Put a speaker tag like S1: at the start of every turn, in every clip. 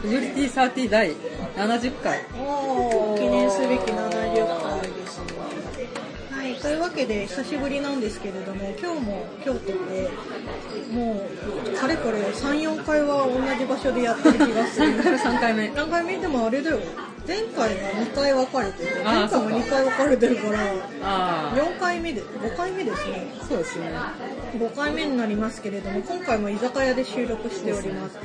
S1: フジョリティサーティ第70回。
S2: お記念すべき70回ですね。はい、というわけで久しぶりなんですけれども、今日も京都で、もうかれこれ3、4回は同じ場所でやってる気がする。
S1: 3 回目、3回目。
S2: 何回目でもあれだよ。前回が2回分かれてて、
S1: あ
S2: 前
S1: ー
S2: 回も2回分かれてるから、
S1: あ
S2: 4回目で、5回目ですね。
S1: あ、そうですね。
S2: 5回目になりますけれども今回も居酒屋で収録しております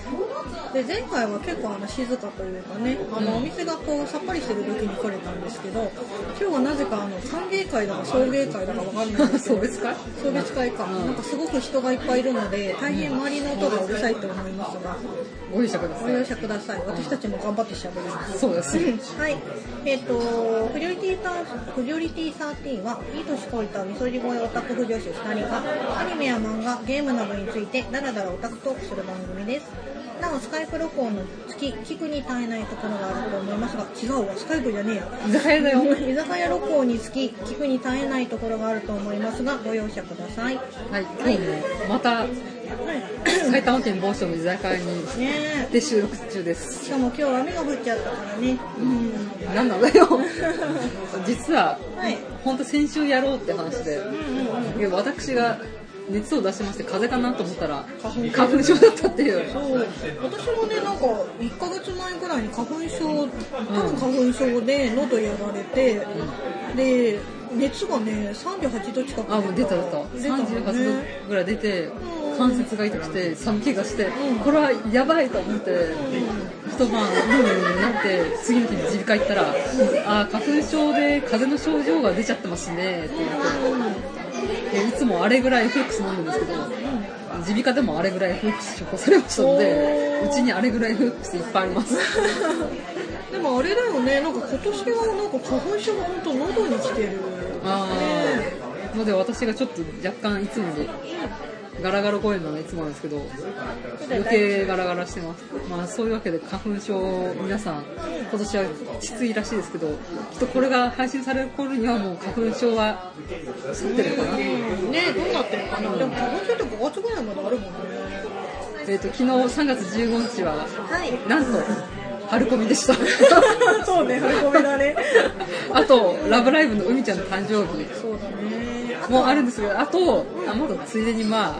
S2: で前回は結構あの静かというかねあのお店がこうさっぱりしてる時に来れたんですけど今日はなぜかあの歓迎会だか送迎会だかわかんないんです けど
S1: 送別会
S2: 送別会か、なんかすごく人がいっぱいいるので大変周りの音がうるさいと思いますが
S1: ご容赦くだ
S2: ご
S1: さ
S2: 容
S1: い。
S2: 赦ください私たちも頑張ってしゃべります
S1: そうです。
S2: はい。えっ、と、フジョリティサー、フジョリティサーティーは、いい年こいたみそじ声オタク不女子2人が、アニメや漫画、ゲームなどについて、だらだらオタクトークする番組です。なお、スカイプ旅行の月、聞くに耐えないところがあると思いますが、違うわ、スカイプじゃねえや。
S1: 居酒屋だよ。
S2: 居酒屋旅行につき、聞くに耐えないところがあると思いますが、ご容赦ください。
S1: はい、今日もまた埼玉県某所の居酒屋に
S2: ねえ。
S1: で収録中で
S2: し
S1: す。
S2: かも今日雨が降っちゃったからね。うん。
S1: なんなんだよ。実は、
S2: はい。
S1: 本当先週やろうって話で、
S2: うんうんうん。
S1: いや私が熱を出しまして風邪かなと思ったら花粉症だったっていう。
S2: そう私もねなんか1ヶ月前ぐらいに花粉症多分花粉症で喉やられて、で熱がね38度近く
S1: あ、もう出た出た。38
S2: ね
S1: 度ぐらい出て
S2: うん、
S1: 関節が痛くて、寒気がして
S2: うん、
S1: これはやばいと思って、一晩飲むになって、次の日に耳鼻科行ったら、あー、花粉症で風邪の症状が出ちゃってますね、って言ってで、いつもあれぐらい FX 飲むんですけど、耳鼻科でもあれぐらい FX 処方されましたんで、
S2: おー
S1: うちにあれぐらい FX いっぱいあります。
S2: でもあれだよねなんか今年はなんか花粉症が本当喉に来てる
S1: あ
S2: ね
S1: ーので私がちょっと若干いつものガラガラ声なのいつもなんですけど余計ガラガラしてますまあそういうわけで花粉症皆さん今年はきついらしいですけどきっとこれが配信される頃にはもう花粉症は去ってるのかなえ
S2: ねどうなってるかなでも花粉症って5月ぐらいまであるもんね
S1: っ、と昨日3月15日は
S2: はい
S1: なんと春コミでした
S2: そうね振り込めだね
S1: あと「ラブライブ!」の海ちゃんの誕生日
S2: そうだね
S1: もあるんですけど、あと、あまだついでにまあ、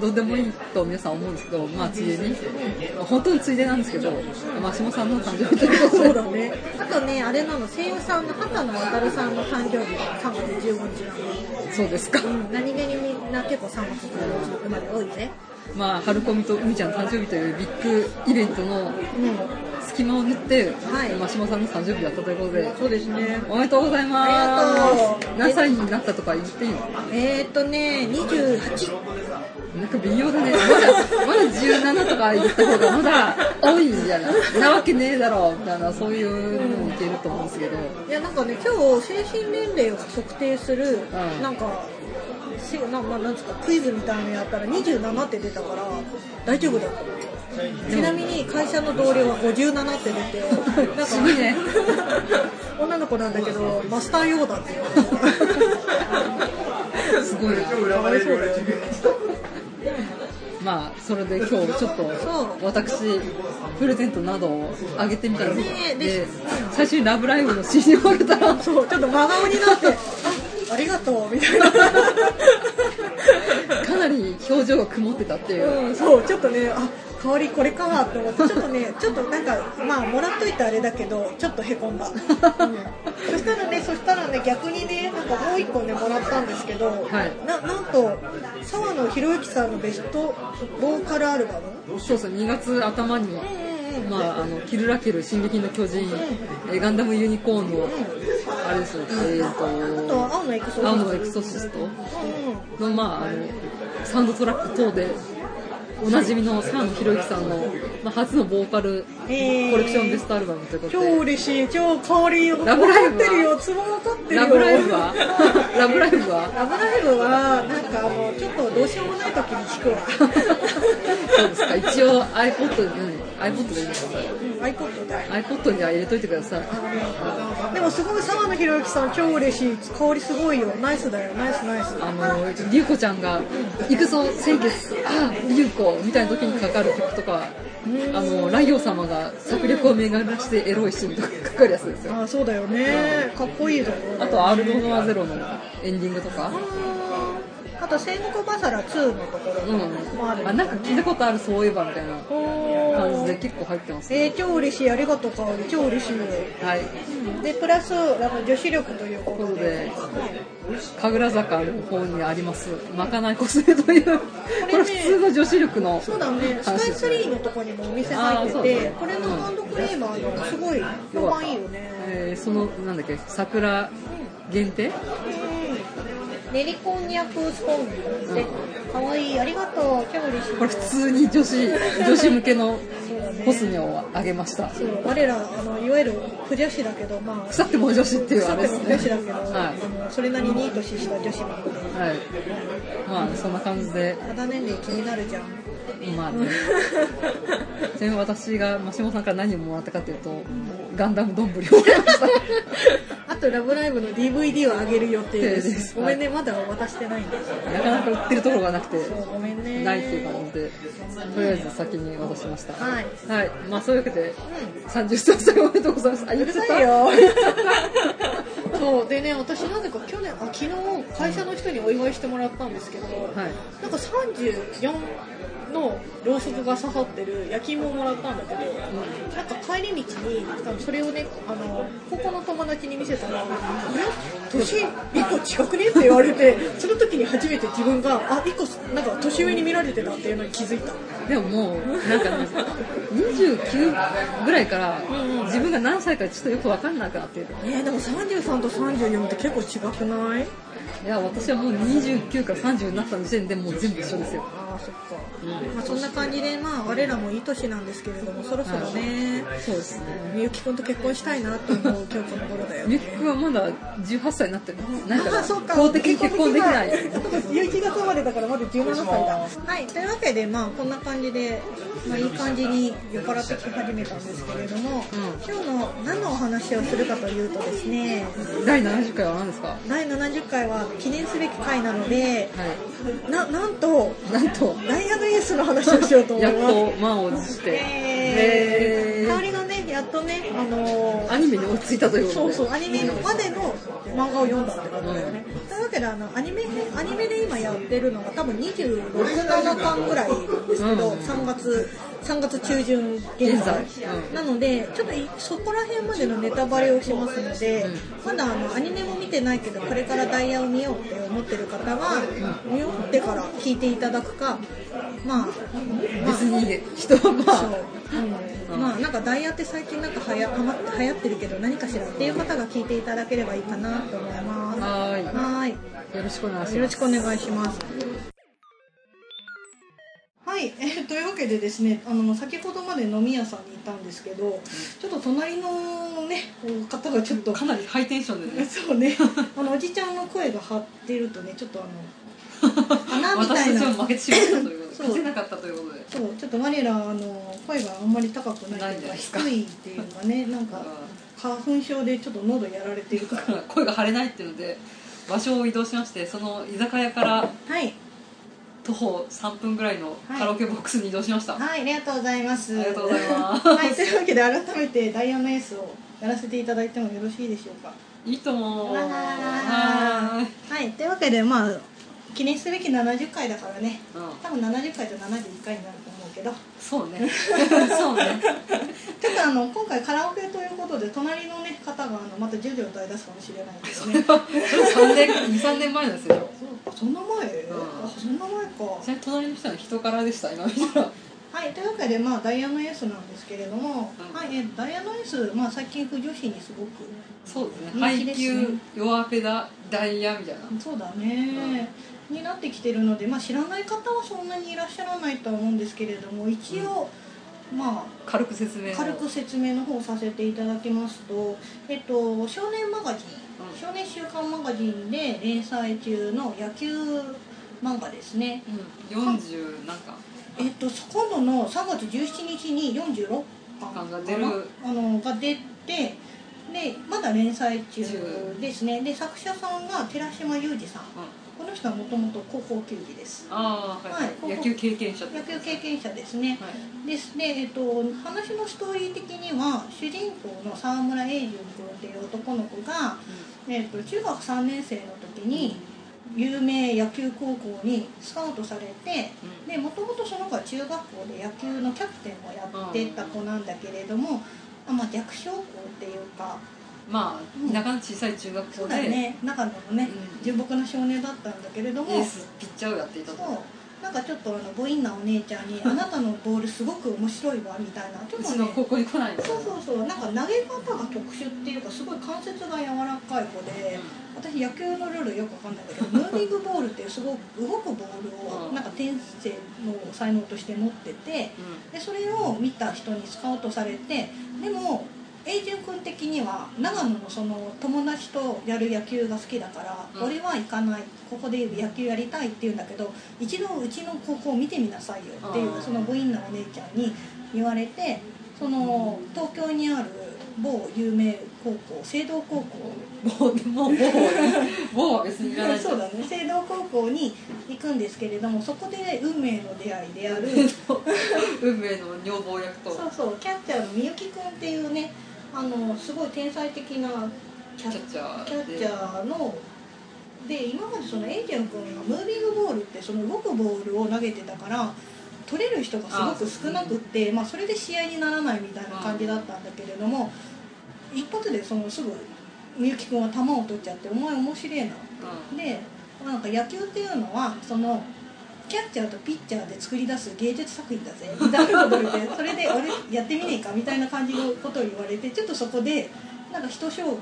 S1: どうでもいいと皆さん思うんですけど、まあついでに、本当についでなんですけど、マシモさんの誕生日ということ
S2: そ
S1: で、
S2: うだね。あとね、あれなの、声優さんの畑野渉さんの誕生日が3月15日なの。
S1: そうですか。
S2: うん、何気にみんな結構3月15日生まれ多いぜ。
S1: まあ、春コミと海ちゃんの誕生日というビッグイベントの
S2: うん。
S1: 隙間を縫って、
S2: はい
S1: マシモさんの誕生日だったということで、
S2: そうですね。
S1: おめでとうございます。
S2: ありがとう
S1: 何歳になったとか言っていいの
S2: えーっとね、28。
S1: なんか微妙だね。まだ、まだ17とか言った方がまだ多いんじゃないなわけねえだろう、みたいな、そういうのもいけると思うんですけど。
S2: いや、なんかね、今日、精神年齢を測定する、
S1: ん
S2: なんか、せなまあ、なんつうかクイズみたいなのやったら27って出たから大丈夫だよちなみに会社の同僚は57っ て出てなんか
S1: 渋いね
S2: 女の子なんだけどマスター用だっていう
S1: すごいな。
S2: かわいそうだよね
S1: まあ、それで今日ちょっと
S2: そう
S1: 私、プレゼントなどをあげてみたん
S2: ねえ
S1: で。
S2: です
S1: 最初にラブライブの CD をあげたら、
S2: そうちょっと真顔になってあありがとうみたいな
S1: かなり表情が曇ってたっていう。
S2: うん、そうちょっとねあ香りこれかと思ってちょっと ねちょっとなんかまあもらっといてあれだけどちょっとへこんだ、そしたらねそしたらね逆にねなんかもう一個ねもらったんですけど、
S1: い
S2: ななんと澤野宏之さんのベストボーカルアルバム
S1: そうそう、2月頭に、まあ、あの、キルラキル、進撃の巨人、えーガンダムユニコーンの、あれですよ、え
S2: あ
S1: ー
S2: と
S1: と、
S2: 青のエクソシスト
S1: 青のエクソシスト
S2: うんうん
S1: の、まあ、あの、サウンドトラック等で、おなじみの沢野博之さんの、まあ、初のボーカルコ
S2: えー
S1: レクションベストアルバムということで、
S2: 超嬉しい超香り分
S1: ラブライ
S2: か
S1: ブは
S2: ってるよつぼ分かってるよ
S1: ラブライブ は ラブライブは
S2: ラブライブは、なんかあの、ちょっとどうしようもない時に聞くわ。
S1: そうですか。一応 iPod に、何 ?iPod でいいのかそれ。
S2: iPod で
S1: iPod には入れといてください。
S2: でもすごい沢野博之さん超嬉しい香りすごいよナイスだよナイスナイス
S1: あの、りゅうこちゃんが、行くぞ、清月、ああ、りゅうこ、みたいな時にかかる曲とか、あの、ライオ様が策略を巡らしてエロいシーンとかかかるやつですよ。
S2: あそうだよねかっこいいところ
S1: あと、アルロノアゼロのエンディングとか。
S2: あと戦国バサラ2のところもある
S1: うん。あ、なんか聞いたことある、そういえば、みたいな
S2: 感
S1: 感じで結構入ってます。
S2: えー、超嬉しいありがとう香り超嬉しいよ
S1: はい。
S2: でプラスあの女子力ということ
S1: いうこと
S2: とで
S1: で、神楽坂の方にあります、まかないコスメという、これ普通の女子力の
S2: そうだねスカイ
S1: 話です
S2: ツリーのとこにもお店入っ
S1: あーそ
S2: て
S1: う
S2: て
S1: だ
S2: これのハンドクリーマーのすごい評判いいよね
S1: えーその、なんだっけ、桜限定
S2: うん練りこんにゃくスコーンでかわいいありがとう超嬉しい
S1: これ普通に女子、女子向けのコスメをあげました。
S2: そう我らあのいわゆる不女子だけどまあ
S1: 腐っても女子っていうあれ
S2: で
S1: で
S2: も
S1: す
S2: 不
S1: ね。
S2: 女子だけど、
S1: は
S2: あのそれなりにいい年した女子なので
S1: い。はい。まあ、そんな感じで、
S2: 肌年齢気になるじゃん
S1: まあね。ちなみに私が、マシモさんから何をもらったかというと、ガンダム丼をもらいました。
S2: あと「ラブライブ!」の DVD をあげる予定で
S1: そうですす
S2: ごめんねまだ渡してないんです
S1: なかなか売ってるところがなくて、
S2: ごめんね
S1: ないっていう感じで、とりあえず先に渡しました。
S2: はい。
S1: はい。まあ、そういうわけで、33歳おめでとうございます。あ、言っちゃった
S2: よ そうでね私なぜか去年あ昨日会社の人にお祝いしてもらったんですけど、
S1: はい。
S2: なんか34のろうそくが刺さってる焼き芋をもらったんだけど、なんか帰り道に多分それをねあのここの友達に見せたら「あれ年1個違くね?」って言われてその時に初めて自分が「あ1個なんか年上に見られてた」っていうのに気づいた
S1: でももう、なんか、ね、29ぐらいから、自分が何歳かちょっとよくわかんなくなっている。
S2: えー、でも33と34って結構違くない
S1: いや、私はもう29から30になった時点でもう全部一緒ですよ。
S2: ああそっか、
S1: うん
S2: まあ、そんな感じでまあ我らもいい年なんですけれどもそろそろね、
S1: そうですね。
S2: みゆきくんと結婚したいなと思う今日この頃だよ
S1: み
S2: ね
S1: ゆきくんはまだ18歳になってる。なん
S2: ああそうか
S1: か、公的に結婚でき ない。
S2: 11月生まれだからまだ17歳だはいというわけでまあこんな感じで、まあ、いい感じに酔っ払ってき始めたんですけれども、今日の何のお話をするかというとですね
S1: 第70回は何ですかは
S2: 第70回は記念すべき回なのでななんと
S1: い。なんと、
S2: ダイヤのエースの話をしようと思い
S1: やっ
S2: ます
S1: と満を持して、
S2: え
S1: へ
S2: ー、
S1: ー
S2: 香りがねやっとねあのー
S1: アニメに追いついたということ
S2: そう
S1: で。
S2: そうアニメまでの漫画を読んだってことだよね、というわけであのアニメアニメで今やってるのが多分26 7巻ぐらいなんですけど、
S1: うん
S2: 3月3月中旬現在
S1: 現在うん
S2: なのでちょっといそこら辺までのネタバレをしますので、まだあのアニメも見てないけどこれからダイヤを見ようって思ってる方は、見よってから聞いていただくかまあまあ
S1: 別に、人は
S2: そう
S1: まあ、
S2: うんまあなんかダイヤって最近なんかはやはま流行ってるけど何かしらっていう方が聞いていただければいいかなと思います
S1: はーい
S2: はい
S1: よろしくお願いし
S2: よろ
S1: ま
S2: し
S1: す。
S2: くお願いしますはい、えーというわけでですねあの先ほどまで飲み屋さんにいたんですけどちょっと隣のね方がちょっと
S1: かなりハイテンションでね。
S2: そうねあのおじちゃんの声が張ってるとねちょっとあの花みたい
S1: 私
S2: な
S1: たちも負けてしまったということで、
S2: そう
S1: 勝てなかったということで。
S2: そうちょっと我らあの声があんまり高くないという
S1: ないんじゃ
S2: か
S1: ないですか
S2: 低いっていうかねなんか花粉症でちょっと喉やられてるから
S1: うん声が張れないっていうので、場所を移動しまして、その居酒屋から
S2: はい
S1: 徒歩3分ぐらいの
S2: はい
S1: カラオケボックスに移動しました。
S2: はいありがとうございます
S1: ありがとうございます
S2: はいというわけで改めてダイヤのエースをやらせていただいてもよろしいでしょうか
S1: いいとも。
S2: は
S1: はーい。
S2: いはいというわけでまあ記念すべき70回だからね
S1: うん
S2: 多分70回と71回になると思うけど
S1: そうね。 そうね。
S2: ちょっとあの今回カラオケということで隣のね方があのまた10秒歌い出すかもしれないですね
S1: 3年、2、3年前なんですよ。
S2: そうかそんな前、
S1: ん
S2: あそんな前か
S1: ちなみに隣の人の人からでした、今見たら。
S2: はいというわけでまあダイヤのエースなんですけれども、
S1: うん
S2: はいえダイヤのエースまあ最近不女子にすごく
S1: そうですね。配
S2: 人気ですね
S1: 給、弱ペダ、ダイヤみたいな。
S2: そうだね、になってきてるのでまあ知らない方はそんなにいらっしゃらないとは思うんですけれども一応、まあ
S1: 軽く説明を
S2: 軽く説明の方をさせていただきますと、えっと、少年マガジン、
S1: うん
S2: 少年週刊マガジンで連載中の野球漫画ですね
S1: うん、40なんか
S2: えっと今度の3月17日に46
S1: 巻
S2: 巻
S1: が出る
S2: かなあのが出てでまだ連載中ですねで作者さんが寺島裕二さん
S1: あ
S2: この人はもともと高校球児です
S1: あー、はい
S2: はい
S1: 野球経験者って
S2: 野球経験者ですね
S1: はい
S2: ですね、えっと、話のストーリー的には主人公の沢村栄純君っていう男の子が、えっと、中学3年生の時に有名野球高校にスカウトされて
S1: うん
S2: でもともとその子は中学校で野球のキャプテンをやってた子なんだけれども、あまあ、弱小校っていうか
S1: ま
S2: うん
S1: あなかなか小さい中学
S2: そ
S1: 校
S2: うだ
S1: で、
S2: よね中でもね
S1: うん
S2: 純朴な少年だったんだけれど
S1: エ
S2: も、
S1: ースピッチャーをやっていた
S2: そう
S1: とう
S2: なんかちょっとあのボインなお姉ち ゃんに「あなたのボールすごく面白いわ」みたいなちょっと
S1: ち
S2: ね
S1: の高校に来ないんだ
S2: そうそうそうなんか投げ方が特殊っていうかすごい関節が柔らかい子で私野球のルールよくわかんないんだ けどムービングボールっていうすごく動くボールをなんか天性の才能として持ってて
S1: う
S2: でそれを見た人にスカウトされてでも永純君的には長野のその友達とやる野球が好きだか
S1: う
S2: ら、
S1: ん
S2: 俺は行かないここで野球やりたいって言うんだけど一度うちの高校見てみなさいよっていう
S1: あー
S2: その部員のお姉ちゃんに言われてその東京にある某有名高校青道高校
S1: んもうもうもうもうは別にいらない
S2: そうだね青道高校に行くんですけれどもそこで運命の出会いである
S1: 運命の女房役と
S2: そうそうキャッチャーのみゆきくんっていうねあのすごい天才的なキャ
S1: キャッチャー
S2: キャッチャーので今までそのエイジェン君がムービングボールってその動くボールを投げてたから取れる人がすごく少なくってまあ、それで試合にならないみたいな感じだったんだけれども一発でそのすぐみゆきくんは球を取っちゃって「お前面白えな」でなんか野球っていうのはそのキャッチャーとピッチャーで作り出す芸術作品だぜみたいなこと言ってそれで俺やってみねえかみたいな感じのことを言われてちょっとそこでなんか一勝負
S1: うん、うん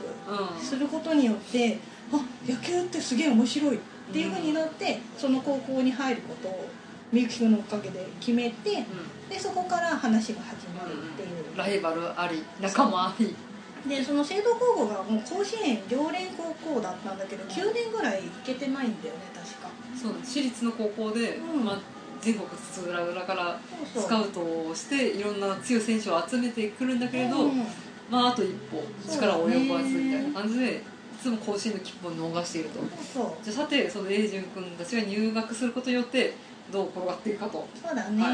S2: することによってあ野球ってすげえ面白いっていうふうになってその高校に入ることをみゆきくんのおかげで決めてでそこから話が始まるっていう。
S1: うんライバルあり仲間あり
S2: でその聖堂高校がもう甲子園常連高校だったんだけど9年ぐらい行けてないんだよね確か
S1: そうなんです私立の高校で、
S2: うん
S1: まあ、全国津々浦々から
S2: そう
S1: スカウトをしていろんな強い選手を集めてくるんだけれど、
S2: うん
S1: まああと一歩力を及ばずみたいな感じでいつも甲子園の切符を逃していると
S2: そう
S1: じゃあさてその英順君たちが入学することによってどう転がっていくかと
S2: そうだね、
S1: は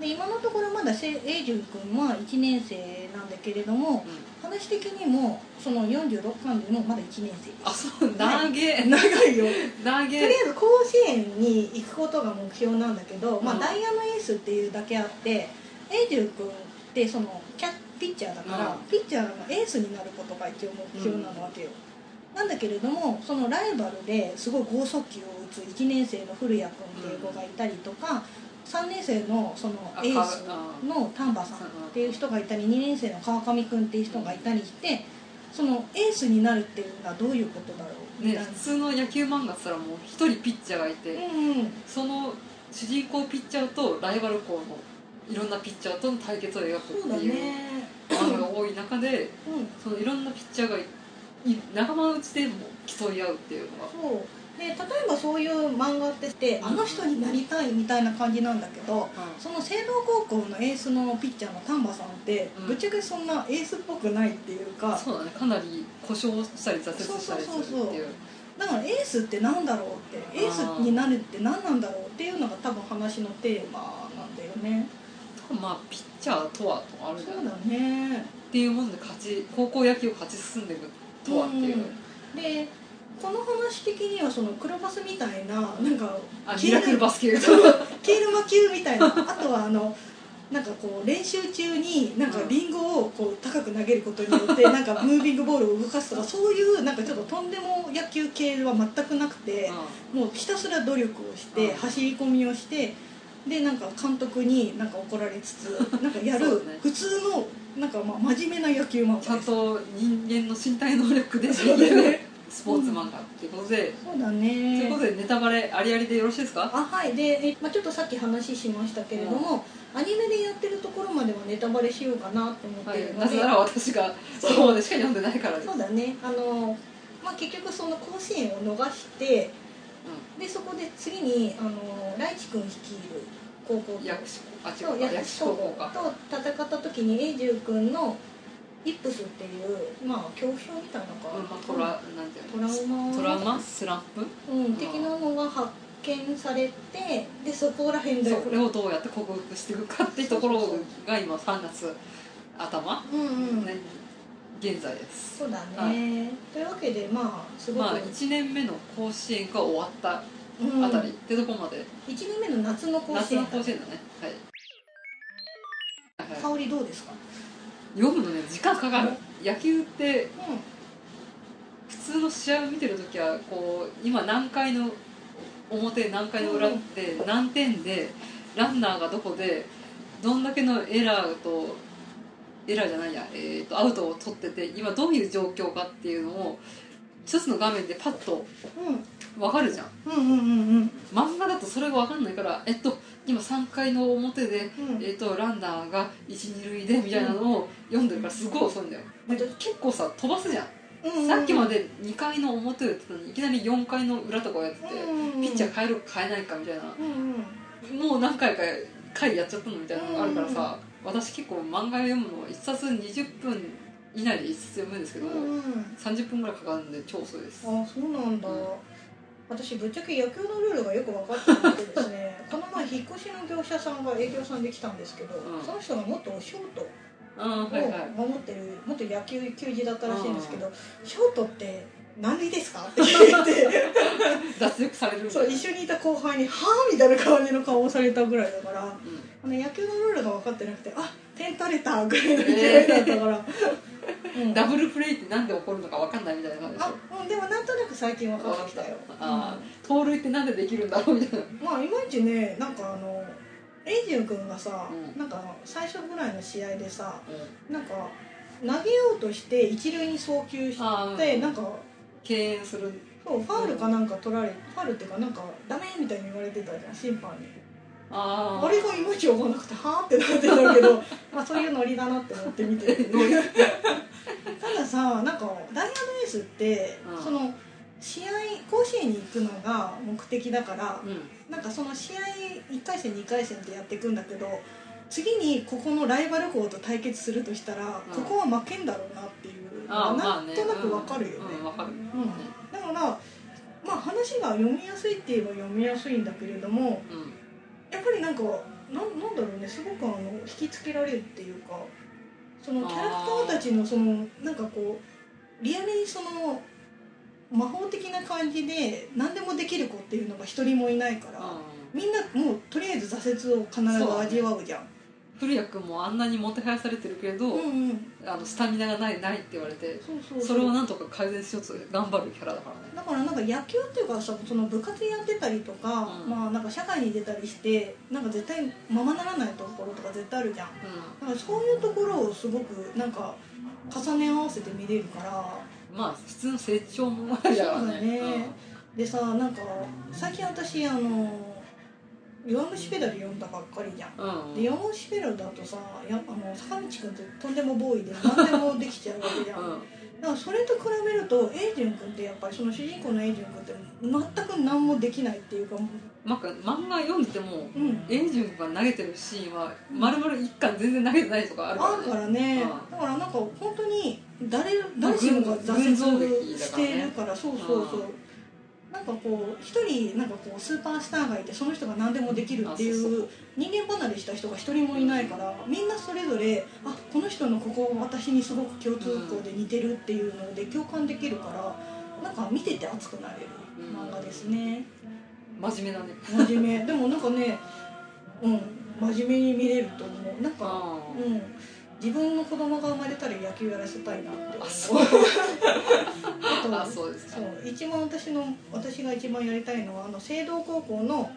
S2: で今のところまだせ英順君は1年生なんだけれども話的にもその46巻でもまだ1年生
S1: あそう投げ
S2: 長いよ
S1: 投
S2: とり
S1: げ
S2: あえず甲子園に行くことが目標なんだけど、まあ、
S1: うん
S2: ダイヤのエースっていうだけあって英樹君ってそのキャピッチャーだから、
S1: うん
S2: ピッチャーのエースになることが一応目標なわけよ、なんだけれどもそのライバルですごい剛速球を打つ1年生の古谷君っていう子がいたりとか、3年生のそのエースの丹波さんっていう人がいたり2年生の川上君っていう人がいたりしてそのエースになるっていうのはどういうことだろうみ
S1: ね
S2: たいな。
S1: 普通の野球漫画っつったらもう一人ピッチャーがいて、
S2: うんうん
S1: その主人公ピッチャーとライバル校のいろんなピッチャーとの対決を描く
S2: そう
S1: っ
S2: だ
S1: ていう
S2: ね。
S1: 漫画が多い中で
S2: うん、
S1: そのいろんなピッチャーがい仲間内でも競い合うっていうのが
S2: そう。で例えばそういう漫画ってしてあの人になりたいみたいな感じなんだけど。その聖堂高校のエースのピッチャーの丹波さんって、
S1: うん
S2: ぶっちゃけそんなエースっぽくないっていうか
S1: そうだねかなり故障したり挫折したりするっていう
S2: そうそうそうそうだからエースってなんだろうってエースになるって何なんだろうっていうのが多分話のテーマなんだよね
S1: まあピッチャーとはとあるじ
S2: そ
S1: ゃ
S2: うん
S1: っ
S2: だね
S1: ていうもんで勝ち高校野球を勝ち進んでいくとはっていう、
S2: うんでこの話的にはその黒バスみたいななんか
S1: あミラクルバスケ
S2: そうケール魔球みたいなあとはあのなんかこう練習中になんかリンゴをこう高く投げることによってなんかムービングボールを動かすとかそういうなんかちょっととんでも野球系は全くなくてもうひたすら努力をして
S1: うん
S2: 走り込みをしてでなんか監督になんか怒られつつなんかや
S1: そう
S2: る
S1: だね
S2: 普通のなんかまあ真面目な野球漫
S1: ちゃ
S2: 画
S1: ん
S2: です
S1: と人間の身体能力で
S2: そうだね
S1: スポーツ漫画っていうことで、
S2: そうだ
S1: と
S2: ね
S1: いうことでネタバレありありでよろしいですか
S2: あはいで、えまあ、ちょっとさっき話しましたけれども、アニメでやってるところまではネタバレしようかなと思っ
S1: は
S2: ている
S1: い、
S2: の
S1: な
S2: で、
S1: ぜなら私がそこまでしか読んでないからです、
S2: そうだねあの、まあ、結局その甲子園を逃して
S1: う
S2: でそこで次にあのライチ君率いる高校
S1: 薬師あ違
S2: そう
S1: う
S2: 薬
S1: 薬
S2: 師
S1: 師
S2: 高
S1: 高
S2: 校
S1: 校か
S2: と戦った時に永住君のイップスっていうまあ恐怖症みたいなのか、
S1: うんまあトラなんていうの
S2: トラウマ
S1: トラウマスランプ
S2: うん、的なのが発見されてでそこら辺で
S1: それをどうやって克服していくかっていうところが今3月頭、
S2: うんうん、
S1: ね、現在です
S2: そうだね、
S1: は
S2: というわけでまあすごく、
S1: まあ1年目の甲子園が終わったあ
S2: うん
S1: たりってとこまで
S2: 1年目の夏の甲
S1: 夏
S2: 子
S1: の
S2: 園
S1: 甲子園だねはいはい
S2: 香りどうですか、
S1: 読むのね時間かかる野球って
S2: う
S1: 普通の試合を見てるときはこう今何回の表何回の裏で何点でランナーがどこでどんだけのエラーとエラーじゃないや、えー、とアウトを取ってて今どういう状況かっていうのを一つの画面でパッと
S2: んうん、
S1: 分かるじゃん
S2: うんうんうんうん
S1: 漫画だとそれが分かんないからえっと今3回の表で、
S2: うん
S1: えっとランナーが12塁でみたいなのを読んでるからすごい遅いんだよ
S2: まあちょ
S1: 結構さ飛ばすじゃん
S2: うんうん
S1: さっきまで2回の表をやってたのにいきなり4回の裏とかをやってて
S2: うんうん
S1: ピッチャー変えるか変えないかみたいな
S2: うんうん
S1: もう何回か回やっちゃったのみたいなのがあるからさ私結構漫画読むの1冊20分以内で1冊読むんですけど
S2: うんうん
S1: 30分ぐらいかかるんで超遅いです
S2: あそうなんだ、私ぶっちゃけ野球のルールがよく分かってなくてですねこの前引っ越しの業者さんが営業さんで来たんですけど、
S1: うん
S2: その人がもっとお仕事
S1: ああはいはい
S2: を守ってる元野球球児だったらしいんですけど「ショートって何でですか?」って聞いて
S1: 脱力されるみた
S2: そう
S1: いな
S2: 一緒にいた後輩に「はあ?」みたいな感じの顔をされたぐらいだから
S1: うん
S2: あの野球のルールが分かってなくて「あ点取れた」ぐらいの勢いだったから、うん
S1: ダブルプレイってなんで起こるのか分かんないみたいな感じでし
S2: あ
S1: ょ
S2: うんでもなんとなく最近分かってきたよ
S1: ああ盗塁ってなんでできるんだろうみたいな
S2: まあいまいちねなんかあのエイジュン君がさ、
S1: うん
S2: なんかあの最初ぐらいの試合でさなんか投げようとして一塁に送球し
S1: ああうん
S2: てなんか
S1: 敬遠する
S2: そうファウルかなんか取られファウルっていうかなんかダメみたいに言われてたじゃん審判に
S1: あ
S2: あ
S1: あ
S2: れがいまいち分かんなくてはあってなってた けどまあそういうノリだなって思って見てる
S1: ノリ
S2: たださなんかダイヤのエースって、
S1: うん
S2: その試合甲子園に行くのが目的だから、
S1: うん
S2: なんかその試合1回戦2回戦ってやっていくんだけど次にここのライバル校と対決するとしたら、
S1: うん
S2: ここは負けんだろうなっていうの
S1: あ
S2: が
S1: あま
S2: な
S1: あ
S2: ん
S1: ね
S2: となくわかるよね、
S1: うんうんわかる
S2: うんだからまあ話が読みやすいって言えば読みやすいんだけれども
S1: うん
S2: やっぱりなんかなんなんだろうねすごくあの引きつけられるっていうかそのキャラクターたちのそのなんかこうリアルにその魔法的な感じで何でもできる子っていうのが一人もいないから。みんなもうとりあえず挫折を必ず味わうじゃん
S1: 古谷君もあんなにもてはやされてるけれど、
S2: んうん
S1: あのスタミナがないないって言われて
S2: そうそう
S1: それをなんとか改善しようと頑張るキャラだからね
S2: だからなんか野球っていうかさその部活やってたりとか、
S1: うん
S2: まあなんか社会に出たりしてなんか絶対ままならないところとか絶対あるじゃんだからそういうところをすごくなんか重ね合わせて見れるから
S1: うんまあ普通の成長もあるから
S2: そうだね
S1: ね
S2: でさなんか最近私あの「弱虫ペダル」読んだばっかりじゃん
S1: うんうん
S2: で弱虫ペダルだとさやあの坂道くんってとんでもボーイで何でもできちゃうわけじゃん
S1: うん
S2: だからそれと比べるとエイジュン君ってやっぱりその主人公のエイジュン君って全く何もできないっていうかも
S1: なんか漫画読んでても
S2: う、うん、
S1: エイジュンが投げてるシーンは丸々一巻全然投げてないとかあるから
S2: あ
S1: ね
S2: るからね
S1: うん
S2: だからなんか本当に誰誰しもが挫折しているからそうそうそう
S1: う
S2: なんかこう一人なんかこうスーパースターがいてその人が何でもできるってい
S1: あそう
S2: 人間離れした人が一人もいないからみんなそれぞれあこの人のここ私にすごく共通項で似てるっていうので共感できるからなんか見てて熱くなれる漫画ですね
S1: 真面目だね
S2: 真面目でもなんかねうん真面目に見れると思うなんか
S1: あ
S2: うん、自分の子供が生まれたら野球やらせたいなって
S1: あ
S2: 思
S1: そうう
S2: あと
S1: あそうですか
S2: そう一番私の私が一番やりたいのはあの聖堂高校の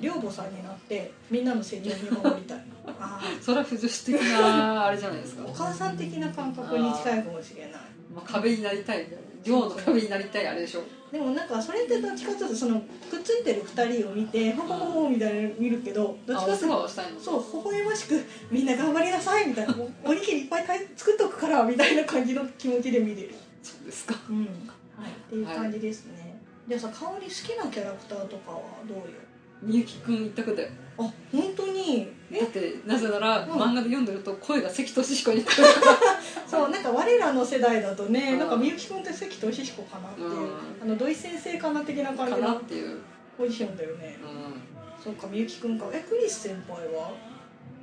S2: 寮母さんになってみんなの成長を見守り たいあー
S1: それは不女子的なあれじゃないですか
S2: お母さん的な感覚に近いかもしれない
S1: まあ、壁になりたいみたいな寮の壁になりたいあれでしょ
S2: でもなんかそれってどっちかというとそのくっついてる2人を見てほほほほみたいなの見るけどどっ
S1: あ
S2: ち
S1: お
S2: か
S1: 世
S2: という
S1: 話
S2: と
S1: をしたいの
S2: そう微笑ましくみんな頑張りなさいみたいなおおにぎりいっぱい買い作っとくからみたいな感じの気持ちで見れる
S1: そうですか
S2: うん、はい、っていう感じですね。じゃあさ、香り好きなキャラクターとかはどうよ。
S1: みゆきくん一択だよ
S2: あ本当に
S1: だ
S2: え
S1: ってなぜなら
S2: うん
S1: 漫画で読んでると声が関俊彦に聞こえるから
S2: そうなんか我らの世代だとね、
S1: うん
S2: なんかみゆきくんって関俊彦かなっていう、
S1: うん
S2: あの土井先生かな的 な感
S1: か
S2: じ
S1: なっ
S2: の
S1: ていう、
S2: ポジションだよね
S1: う、ん、
S2: そうかみゆきくんかえクリス先輩は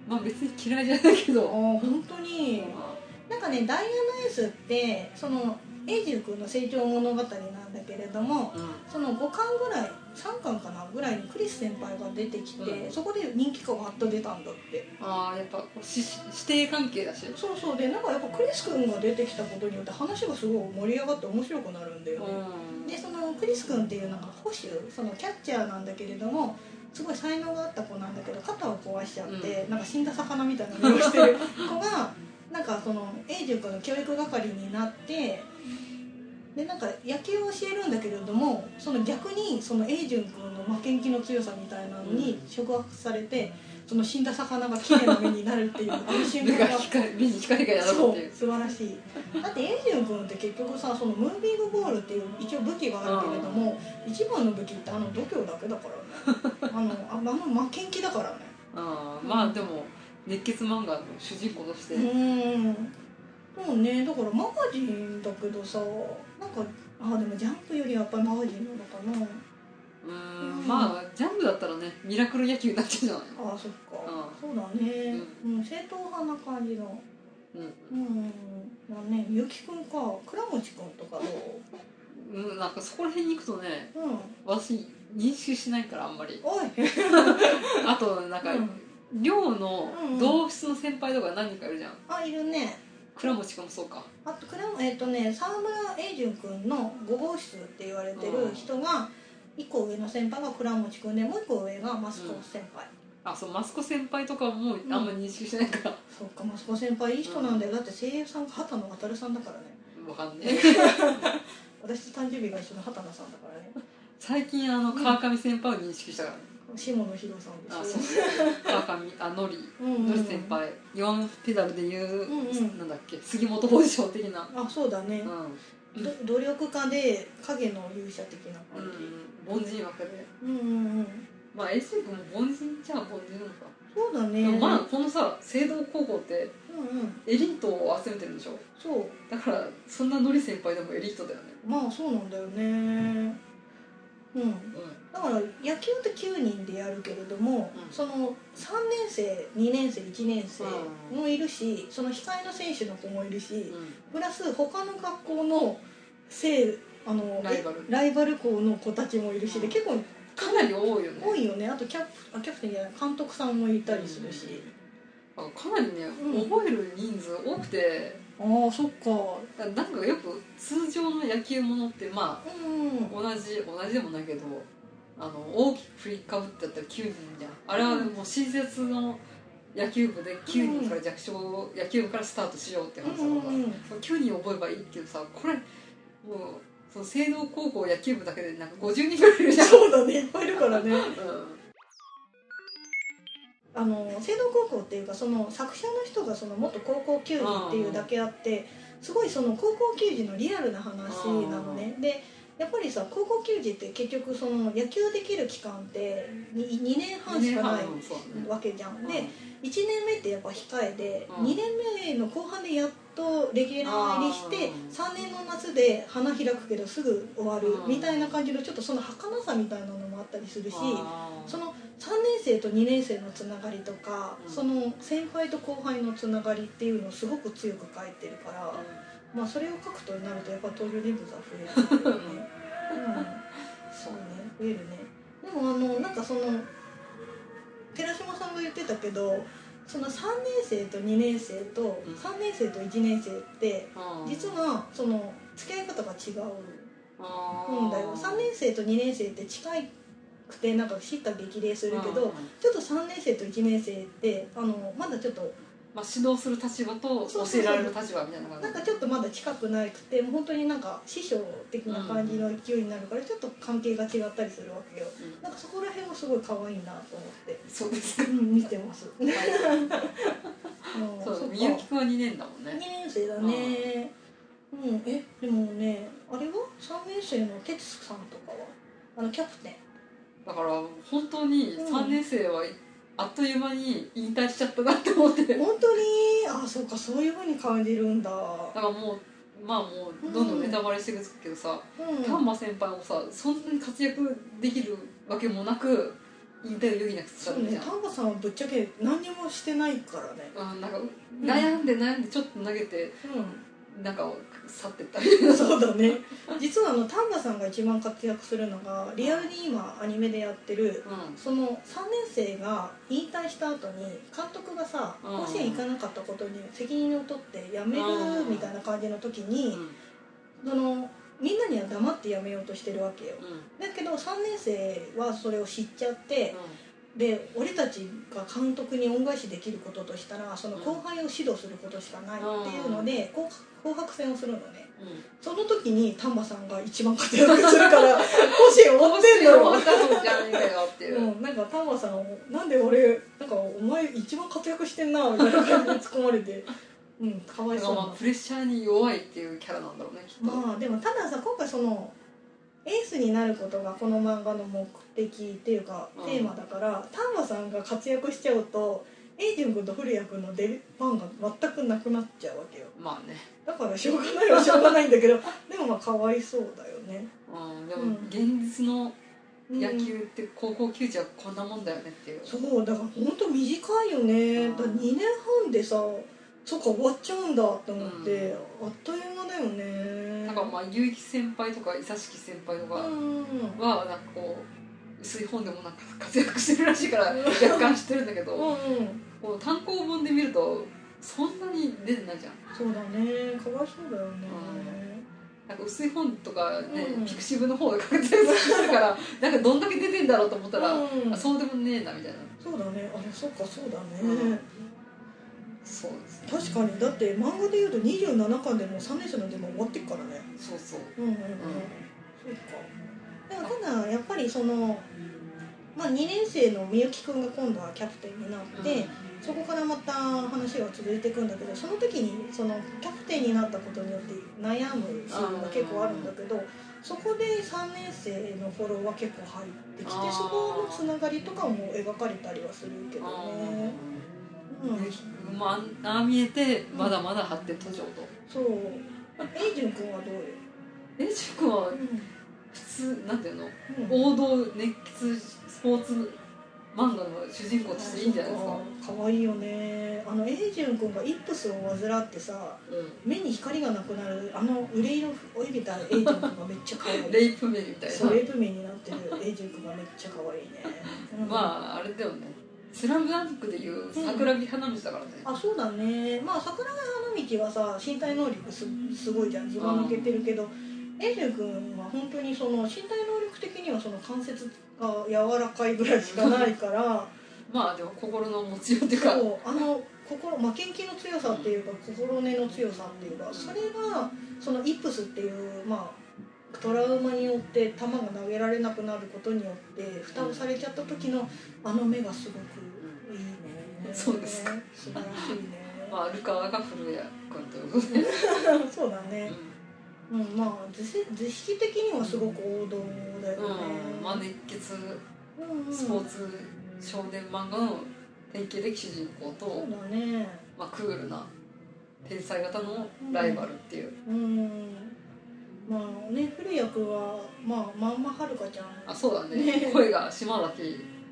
S1: まあ別に嫌いじゃないけ
S2: あ
S1: ど、
S2: 本当に
S1: ま
S2: なんかねダイアナエースってその英二君の成長物語なんだけれども
S1: あうん
S2: その5巻ぐらい3巻かなぐらいにクリス先輩が出てきて、
S1: うん
S2: そこで人気感がわっと出たんだって
S1: ああやっぱこうし指定関係だし
S2: そうそうでなんかやっぱクリス君が出てきたことによって話がすごい盛り上がって面白くなるんだよね、
S1: うん
S2: でそのクリス君っていうなんか捕手そのキャッチャーなんだけれどもすごい才能があった子なんだけど肩を壊しちゃって、なんか死んだ魚みたいな目をしてる子がなんかその永住君の教育係になってでなんか野球を教えるんだけれどもその逆にその永住君の負けん気の強さみたいなのに触発されてその死んだ魚が綺麗な目になるっていうあの瞬
S1: 目が
S2: 間が
S1: 光目に光がやろ
S2: そう
S1: っ
S2: う
S1: ていう
S2: 素晴らしいだってエイジュン君って結局さそのムービングボールっていう一応武器があるけれども、一番の武器ってあの度胸だけだ からねあのああの負けん気だからね
S1: あまあでも熱血漫画の主人公として、
S2: うーんそうねだからマガジンだけどさなんかあでもジャンプよりやっぱりマガジンなのかな
S1: うーんまあジャンルだったらねミラクル野球になっちゃうじゃ
S2: あそっか、
S1: う
S2: そうだね、うん、正統派な感じの
S1: ない
S2: うんだねゆきくんか倉持くんとかどう
S1: うん、うん、なんかそこら辺に行くとね
S2: うん
S1: 私認識しないからあんまり
S2: おい
S1: あとなんか、
S2: うん
S1: 寮の同室の先輩とか何人かいるじゃん
S2: あいるね
S1: 倉持君もそうか
S2: あと倉もえっ、とね沢村英順君の5号室って言われてる人が1個上の先輩が倉持君でもう1個上がマスコ先輩、
S1: あそうマスコ先輩とかもあんま認識しないから、
S2: そっかマスコ先輩いい人なんだよ、だって声優さんが畑野渉さんだからね
S1: わかんねえ
S2: 私と誕生日が一緒の畑野さんだからね
S1: 最近あの川上先輩を認識したからね
S2: 下野紘さん
S1: あ
S2: で
S1: そう
S2: す
S1: 川上あのり
S2: うんうん
S1: のり先輩4ペダルで言う、
S2: うんうん
S1: なんだっけ杉本ポジション的な、
S2: あそうだね
S1: う、ん
S2: ど努力家で影の勇者的な
S1: う
S2: 感
S1: ん、
S2: じ、
S1: 凡人枠で
S2: うん、うんうん
S1: まあ S 君も凡人じゃ凡人なのか、
S2: そうだね
S1: でもまあこのさ聖堂高校って
S2: うんうん
S1: エリートを集めてるんでしょ
S2: そう
S1: だからそんなのり先輩でもエリートだよね
S2: まあそうなんだよねうん
S1: う
S2: だから野球って9人でやるけれども、
S1: うん
S2: その3年生2年生1年生もいるし、その控えの選手の子もいるし、
S1: ん、うん
S2: プラス他の学校の生あの
S1: ライバル
S2: えライバル校の子たちもいるしで
S1: うん
S2: 結構
S1: かなり多いよね
S2: 多いよねあとキャプあキャプテンじゃない監督さんもいたりするし、
S1: あかなりね、
S2: うん
S1: 覚える人数多くて
S2: ああそっか
S1: だなんかよく通常の野球ものってまあ
S2: うん
S1: 同じ同じでもないけどあの大きく振りかぶってやったら9人じゃんあれはもう新設の野球部で9人から弱小野球部からスタートしようって話だから、
S2: うんうんうん
S1: 9人覚えばいいけどさこれもうその青農高校野球部だけでなんか50人ぐらいいるじゃん、
S2: そうだねいっぱいいるからね
S1: う
S2: あの青堂高校っていうかその作者の人がその元高校球児っていうだけあってすごいその高校球児のリアルな話なのねでやっぱりさ高校球児って結局その野球できる期間ってに 2, 年
S1: ん、
S2: 半しかない
S1: うんそうだね
S2: わけじゃん
S1: う
S2: で
S1: ん
S2: 1年目ってやっぱ控えで
S1: うん
S2: 2年目の後半でやっとレギュラー入りして
S1: うん
S2: 3年の夏で花開くけどすぐ終わる
S1: うん
S2: みたいな感じのちょっとその儚さみたいなのもあったりするし。
S1: あー
S2: その3年生と2年生のつながりとか、
S1: うん
S2: その先輩と後輩のつながりっていうのをすごく強く書いてるから、まあ、それを書くとなるとやっぱ登場人物は増えるよね、うん、そうね増えるねでもあのなんかその寺島さんが言ってたけどその3年生と2年生と
S1: うん
S2: 3年生と1年生って
S1: うん
S2: 実はその付き合い方が違う
S1: うん
S2: んだよ3年生と2年生って近くてなんか叱咤激励するけど、
S1: うん
S2: ちょっと3年生と1年生ってあのまだちょっと
S1: まあ、指導する立場と
S2: そう
S1: 教
S2: そうそう
S1: えられる立場みたいな感じ
S2: なんかちょっとまだ近くなくてもう本当になんか師匠的な感じの勢いになるからちょっと関係が違ったりするわけよ
S1: うん
S2: なんかそこら辺もすごい可愛いなと思って、
S1: そうですか
S2: うん、見てますうん
S1: そ
S2: っ
S1: う
S2: か
S1: みゆきくんは2年だもん
S2: 2
S1: ね
S2: 年生だねうんえでもねあれは3年生の哲さんとかはあのキャプテン
S1: だから本当に3年生はあっという間に引退しちゃったなって思ってだか
S2: 本当にあそうかそういう風に感じるんだう
S1: らもうまあもうどんどんネタバレしていくけどさ
S2: ん
S1: 丹波先輩もさそんなに活躍できるわけもなく引退を余儀なくさ
S2: そ
S1: れ
S2: う
S1: たじ
S2: ね
S1: ゃん
S2: 丹波さんはぶっちゃけ何にもしてないからね
S1: あなんか悩んで悩んでちょっと投げて
S2: う
S1: なんか去ってったり
S2: ん そうだね実はあの丹波さんが一番活躍するのがリアルに今アニメでやってる
S1: う
S2: その3年生が引退した後に監督がさ
S1: うん
S2: 甲子園行かなかったことに責任を取って辞める
S1: うん
S2: みたいな感じの時
S1: んう
S2: に
S1: ん
S2: そのみんなには黙って辞めようとしてるわけよだけど3年生はそれを知っちゃってで俺たちが監督に恩返しできることとしたらその後輩を指導することしかないっていうのでこう紅白戦をするのね
S1: うんうん
S2: その時に丹波さんが一番活躍するから甲子園追ってんだろ
S1: 面白いのじゃないんだよっていう、
S2: うん、なんか丹波さんを「なんで俺なんかお前一番活躍してんな」みたいな感じで突っ込まれて うんかわい
S1: だか
S2: そ
S1: らま
S2: う
S1: あ
S2: な
S1: プレッシャーに弱いっていうキャラなんだろうねきっと、
S2: まあでもたださ今回そのエースになることがこの漫画の目的っていうか
S1: うん
S2: テーマだから丹波、さんが活躍しちゃうとエイジュン君と古谷君の出番が全くなくなっちゃうわけよ
S1: まあね、
S2: だからしょうがないはしょうがないんだけど でもまあかわいそうだよね
S1: うん、で
S2: う
S1: も
S2: ん
S1: 現実の
S2: うん
S1: 野球って高校球児はこんなもんだよねっていう、
S2: そうだから本当短いよ
S1: う
S2: ねだ
S1: ん
S2: から2年半でさそっか終わっちゃうんだと思って、あっという間だよね
S1: なんかまあ結城先輩とか伊佐敷先輩とかは
S2: う
S1: なん
S2: ん
S1: かこう薄い本でもなんか活躍してるらしいから若干知ってるんだけ
S2: う
S1: ど、
S2: んうん
S1: こう単行本で見るとそんなに出てないじゃん
S2: そうだねかわいそうだよね、
S1: なんか薄い本とかね、
S2: うん
S1: ピクシブの方が活躍してるからなんかどんだけ出てんだろうと思ったら、
S2: うん
S1: あそうでもねえなみたいな
S2: そうだねあれそっかそうだね、
S1: うんそうですね
S2: 確かにだって漫画でいうと27巻でもう3年生のでも終わってっからね
S1: そうそう
S2: うんうんうん、
S1: う
S2: そっかでもただやっぱりその、まあ、2年生のみゆきくんが今度はキャプテンになって、
S1: うん
S2: そこからまた話が続いていくんだけどその時にそのキャプテンになったことによって悩むシーンが結構あるんだけどそこで3年生の頃は結構入ってきて
S1: あー
S2: そこのつながりとかも描かれたりはするけど
S1: あ
S2: ね。う
S1: ー
S2: ん、
S1: まあああ見えてまだまだ発展途上と、
S2: そうエイジュン君はどうよ、
S1: えしゅんは
S2: う
S1: 普通なんていうの
S2: ん
S1: 王道熱血スポーツ漫画の主人公としていいんじゃないですか
S2: かわいいよねあのエイジュン君がイップスを患ってさ目に光がなくなるあの憂いの老いびたエイジュン君がめっちゃかわい
S1: うん
S2: い
S1: レイプ名みたい
S2: そうレ
S1: な
S2: イプ名になってるエイジュン君がめっちゃ可 愛いね、うん
S1: まああれだよね「スラムダンクでいう桜木花道だからね、
S2: あそうだねまあ桜木花道はさ身体能力すすごいじゃんずば抜けてるけど、エイジュン君は本当にその身体能力的にはその関節が柔らかいぐらいしかないから
S1: まあでも心の持ちようっていうか
S2: そうあの心負けん気の強さっていうか心根の強さっていうかそれがそのイップスっていうまあトラウマによって球が投げられなくなることによって蓋をされちゃった時のあの目がすごくいいね
S1: そうですか
S2: 素晴らしいね、
S1: まあルカワが古谷君ということで、
S2: そうだねうんまあ図式図式的にはすごく王道だよね
S1: うん、まあ熱血
S2: うんうん
S1: スポーツ少年漫画の典型的主人公
S2: そ
S1: と
S2: う、だね
S1: まあ、クールな天才型のライバルっていう、
S2: うんまあね古谷君はまあまんまはるかちゃん
S1: あそうだ
S2: ね
S1: ね声が島崎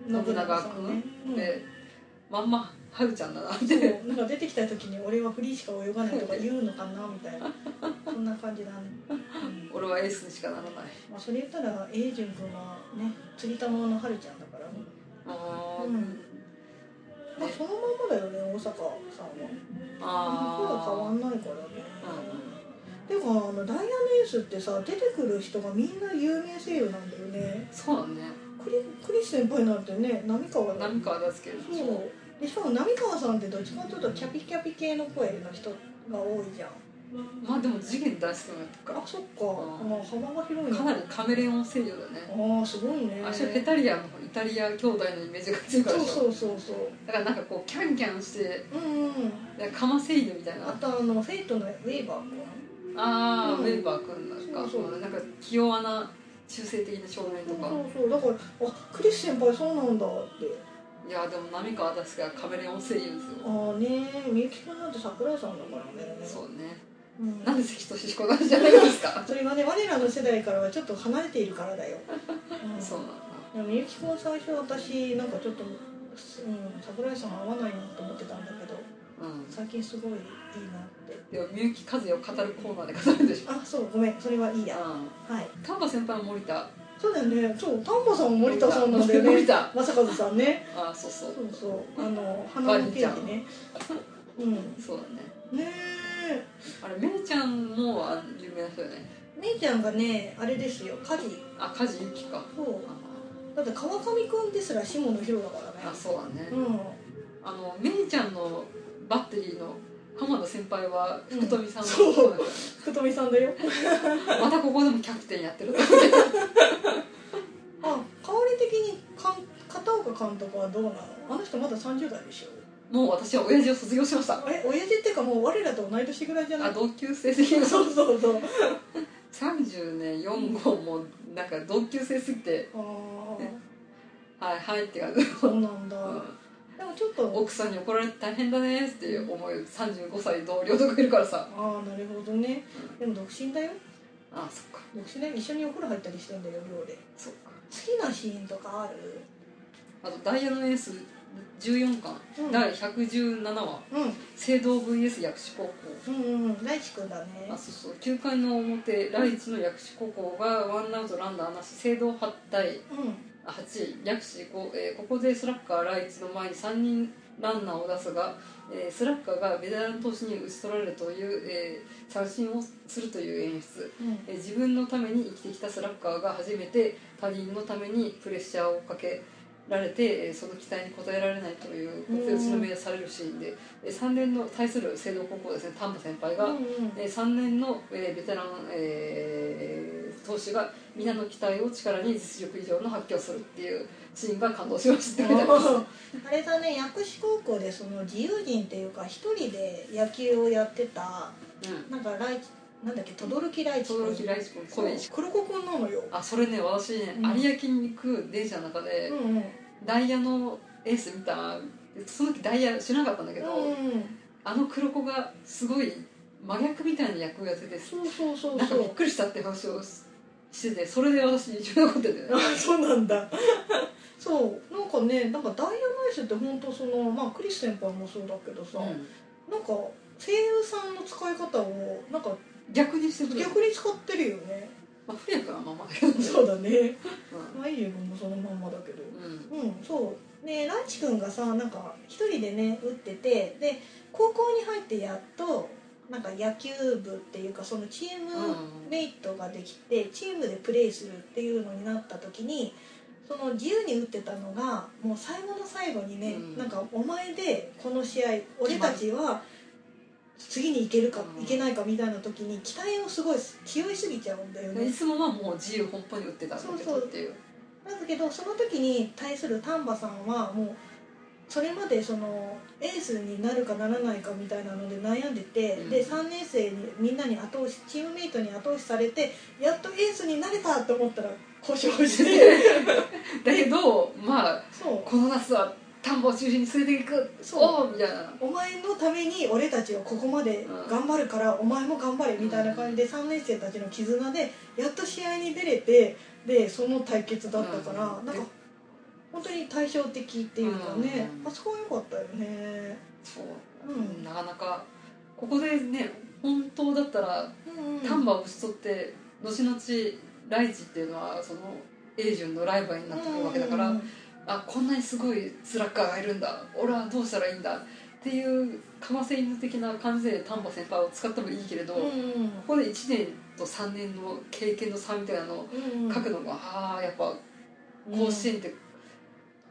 S1: 信長
S2: さ
S1: 君
S2: んねうん
S1: で、まんまはるちゃんだなっ
S2: そう
S1: て
S2: なんか出てきた時に俺はフリーしか泳がないとか言うのかなみた いなそんな感じだね、うん
S1: 俺はエースにしかならない
S2: まあ、それ言ったらエイジュン君はね釣り玉のはるちゃんだから、
S1: あー、
S2: うんまあ、そのまんまだよね大阪さんは
S1: あ
S2: 声が変わんないからね、
S1: ー
S2: てかあのダイアンエースってさ出てくる人がみんな有名声優なんだよね
S1: うんそうだね
S2: クリクリス先輩なんてね浪川だよ
S1: 浪川大輔でしょ
S2: そうでしかも浪川さんってどっちかというとキャピキャピ系の声の人が多いじゃん
S1: まあでも次元大好きなやつ
S2: あ
S1: か
S2: そっか、まあ、幅が広いね
S1: かなりカメレオン声優だね
S2: ああすごいね
S1: あれペタリアのイタリア兄弟のイメージが強いから
S2: そ
S1: でしょ
S2: うそうそうそう
S1: だからなんかこうキャンキャンして
S2: うんうん
S1: なんかカマセイヌみたいな
S2: あとあのフェイトのウェイバー君
S1: ああ、
S2: うん
S1: メンバー君なんか
S2: そうそう
S1: なんか気弱な中性的な少年
S2: そ
S1: と
S2: う
S1: か
S2: そうそうだからあクリス先輩そうなんだって
S1: いやでも波川確かカメレオン声優です
S2: あ
S1: よ
S2: あねえみゆきくんなんて桜井さんだからね
S1: そうね
S2: うん
S1: なんで関俊彦なんじゃないですか
S2: それがね我らの世代からはちょっと離れているからだよ、うん、
S1: そうなんだ
S2: でもみゆきくん最初私なんかちょっと、うん、桜井さん合わないなと思ってたんだけど
S1: うん
S2: 最近すごいいいなって
S1: ではみゆき和也を語るコーナーで語るんでしょ
S2: あそうごめんそれはいいや
S1: う
S2: はい
S1: ん丹波先輩も森田
S2: そうだよねそう丹波さんも森田さんなんだ よ
S1: 森
S2: ね
S1: 田
S2: 正和さんね
S1: あそうそ
S2: そううそうあの花のケーキねうん
S1: そうだね
S2: ねえ
S1: あれめいちゃんもあ有名な人よね
S2: 姉ちゃんがねあれですよ家事
S1: あ梶ゆきか
S2: そう
S1: あ
S2: だって川上くんですら下野紘だからね
S1: あそうだね、
S2: うん
S1: あのめいちゃんのバッテリーの浜田先輩は福富さんの
S2: うん
S1: そうだよね
S2: 福富さんだよ
S1: またここでもキャプテンやってると
S2: あ香り的にかん片岡監督はどうなのあの人まだ30代でしょ
S1: もう私は親父を卒業しました
S2: あれ親父っていうかもう我らと同い年ぐらいじゃな
S1: あ
S2: い
S1: 同級生的な
S2: そうそうそう
S1: 30年4号もなんか同級生すぎて
S2: ああ
S1: はいはいって感じ、
S2: そうなんだ
S1: うん
S2: でもちょっと
S1: 奥さんに怒られて大変だねっていう思いを35歳同僚とかいるからさ
S2: ああなるほどねでも独身だよ
S1: あそっか
S2: 独身だよ一緒にお風呂入ったりしてんだよ寮で
S1: そっか
S2: 好きなシーンとかある
S1: あと「ダイヤのエース」14巻、
S2: うん
S1: 第117話
S2: う
S1: 「聖堂 VS 薬師高校」
S2: んうんうん大地君だね
S1: あそうそう9回の表第一の薬師高校がワンアウトランナーなし聖堂8対
S2: う
S1: あ8薬師5、えーここでスラッガーライツの前に3人ランナーを出すが、えースラッガーがベテラン投手に打ち取られるという、えー三振をするという演出、
S2: んうん
S1: えー自分のために生きてきたスラッガーが初めて他人のためにプレッシャーをかけられて、えーその期待に応えられないということで
S2: うん
S1: 打ちのめされるシーンで、え3年の対する聖堂高校ですね丹波先輩が、
S2: うん うん
S1: えー3年の、えーベテラン、えー投手が皆の期待を力に実力以上の発揮をするっていうシーンが感動しましたみたいな
S2: あれだね薬師高校でその自由人っていうか一人で野球をやってたなんかライなんだっけ轟ライチ
S1: 轟
S2: 君
S1: 大志君声し
S2: 黒子くんなのよ
S1: あそれね私ね、
S2: うん
S1: 有明に行く電車の中で、
S2: うんうん
S1: ダイヤのエース見たその時ダイヤ知らなかったんだけど、
S2: うんうん
S1: あの黒子がすごい真逆みたいな役をやってて
S2: そうそうそう
S1: なんか
S2: そ
S1: び
S2: う
S1: っくりしたって話をししててそれで私印象に残ってて、
S2: あそうなんだそうなんかねなんかダイヤナイスって本当そのまあクリス先輩もそうだけどさ、
S1: うん
S2: なんか声優さんの使い方をなんか
S1: 逆にしてくる、
S2: 逆に使ってるよね
S1: まあ、不役なままだけど、ね
S2: そうだね
S1: うん
S2: マイユもそのまんまだけど
S1: うん
S2: うんそうでランチ君がさなんか一人でね打っててで高校に入ってやっとなんか野球部っていうかそのチームメイトができてチームでプレーするっていうのになった時にその自由に打ってたのがもう最後の最後にね、
S1: うん
S2: なんかお前でこの試合俺たちは次に行けるか
S1: うん
S2: 行けないかみたいな時に期待をすごい気負いすぎちゃうんだよね
S1: いつもはもう自由奔放に打ってたんだけどっていう
S2: なんだけどその時に対する丹波さんはもうそれまでそのエースになるかならないかみたいなので悩んでて、
S1: うん
S2: で3年生にみんなに後押しチームメイトに後押しされてやっとエースになれたと思ったら故障して
S1: だけどまあ
S2: そう
S1: この夏は田んぼを中心に連れていく
S2: そう
S1: そうみたいな
S2: お前のために俺たちはここまで頑張るからお前も頑張れみたいな感じで3年生たちの絆でやっと試合に出れてでその対決だったから
S1: うん
S2: なんか本当に対照的っていうかね
S1: うん
S2: あそこは良かったよね
S1: そう、
S2: うん
S1: なかなかここでね本当だったら
S2: うん
S1: 丹波を打ち取って後々ライチっていうのはその英順のライバルになってくるわけだから、
S2: うん
S1: あこんなにすごいスラッガーがいるんだ俺はどうしたらいいんだっていうかませ犬的な感じで丹波先輩を使ってもいいけれど、
S2: うん
S1: ここで1年と3年の経験の差みたいなのを
S2: うん
S1: 書くのが、ああやっぱ甲子園って、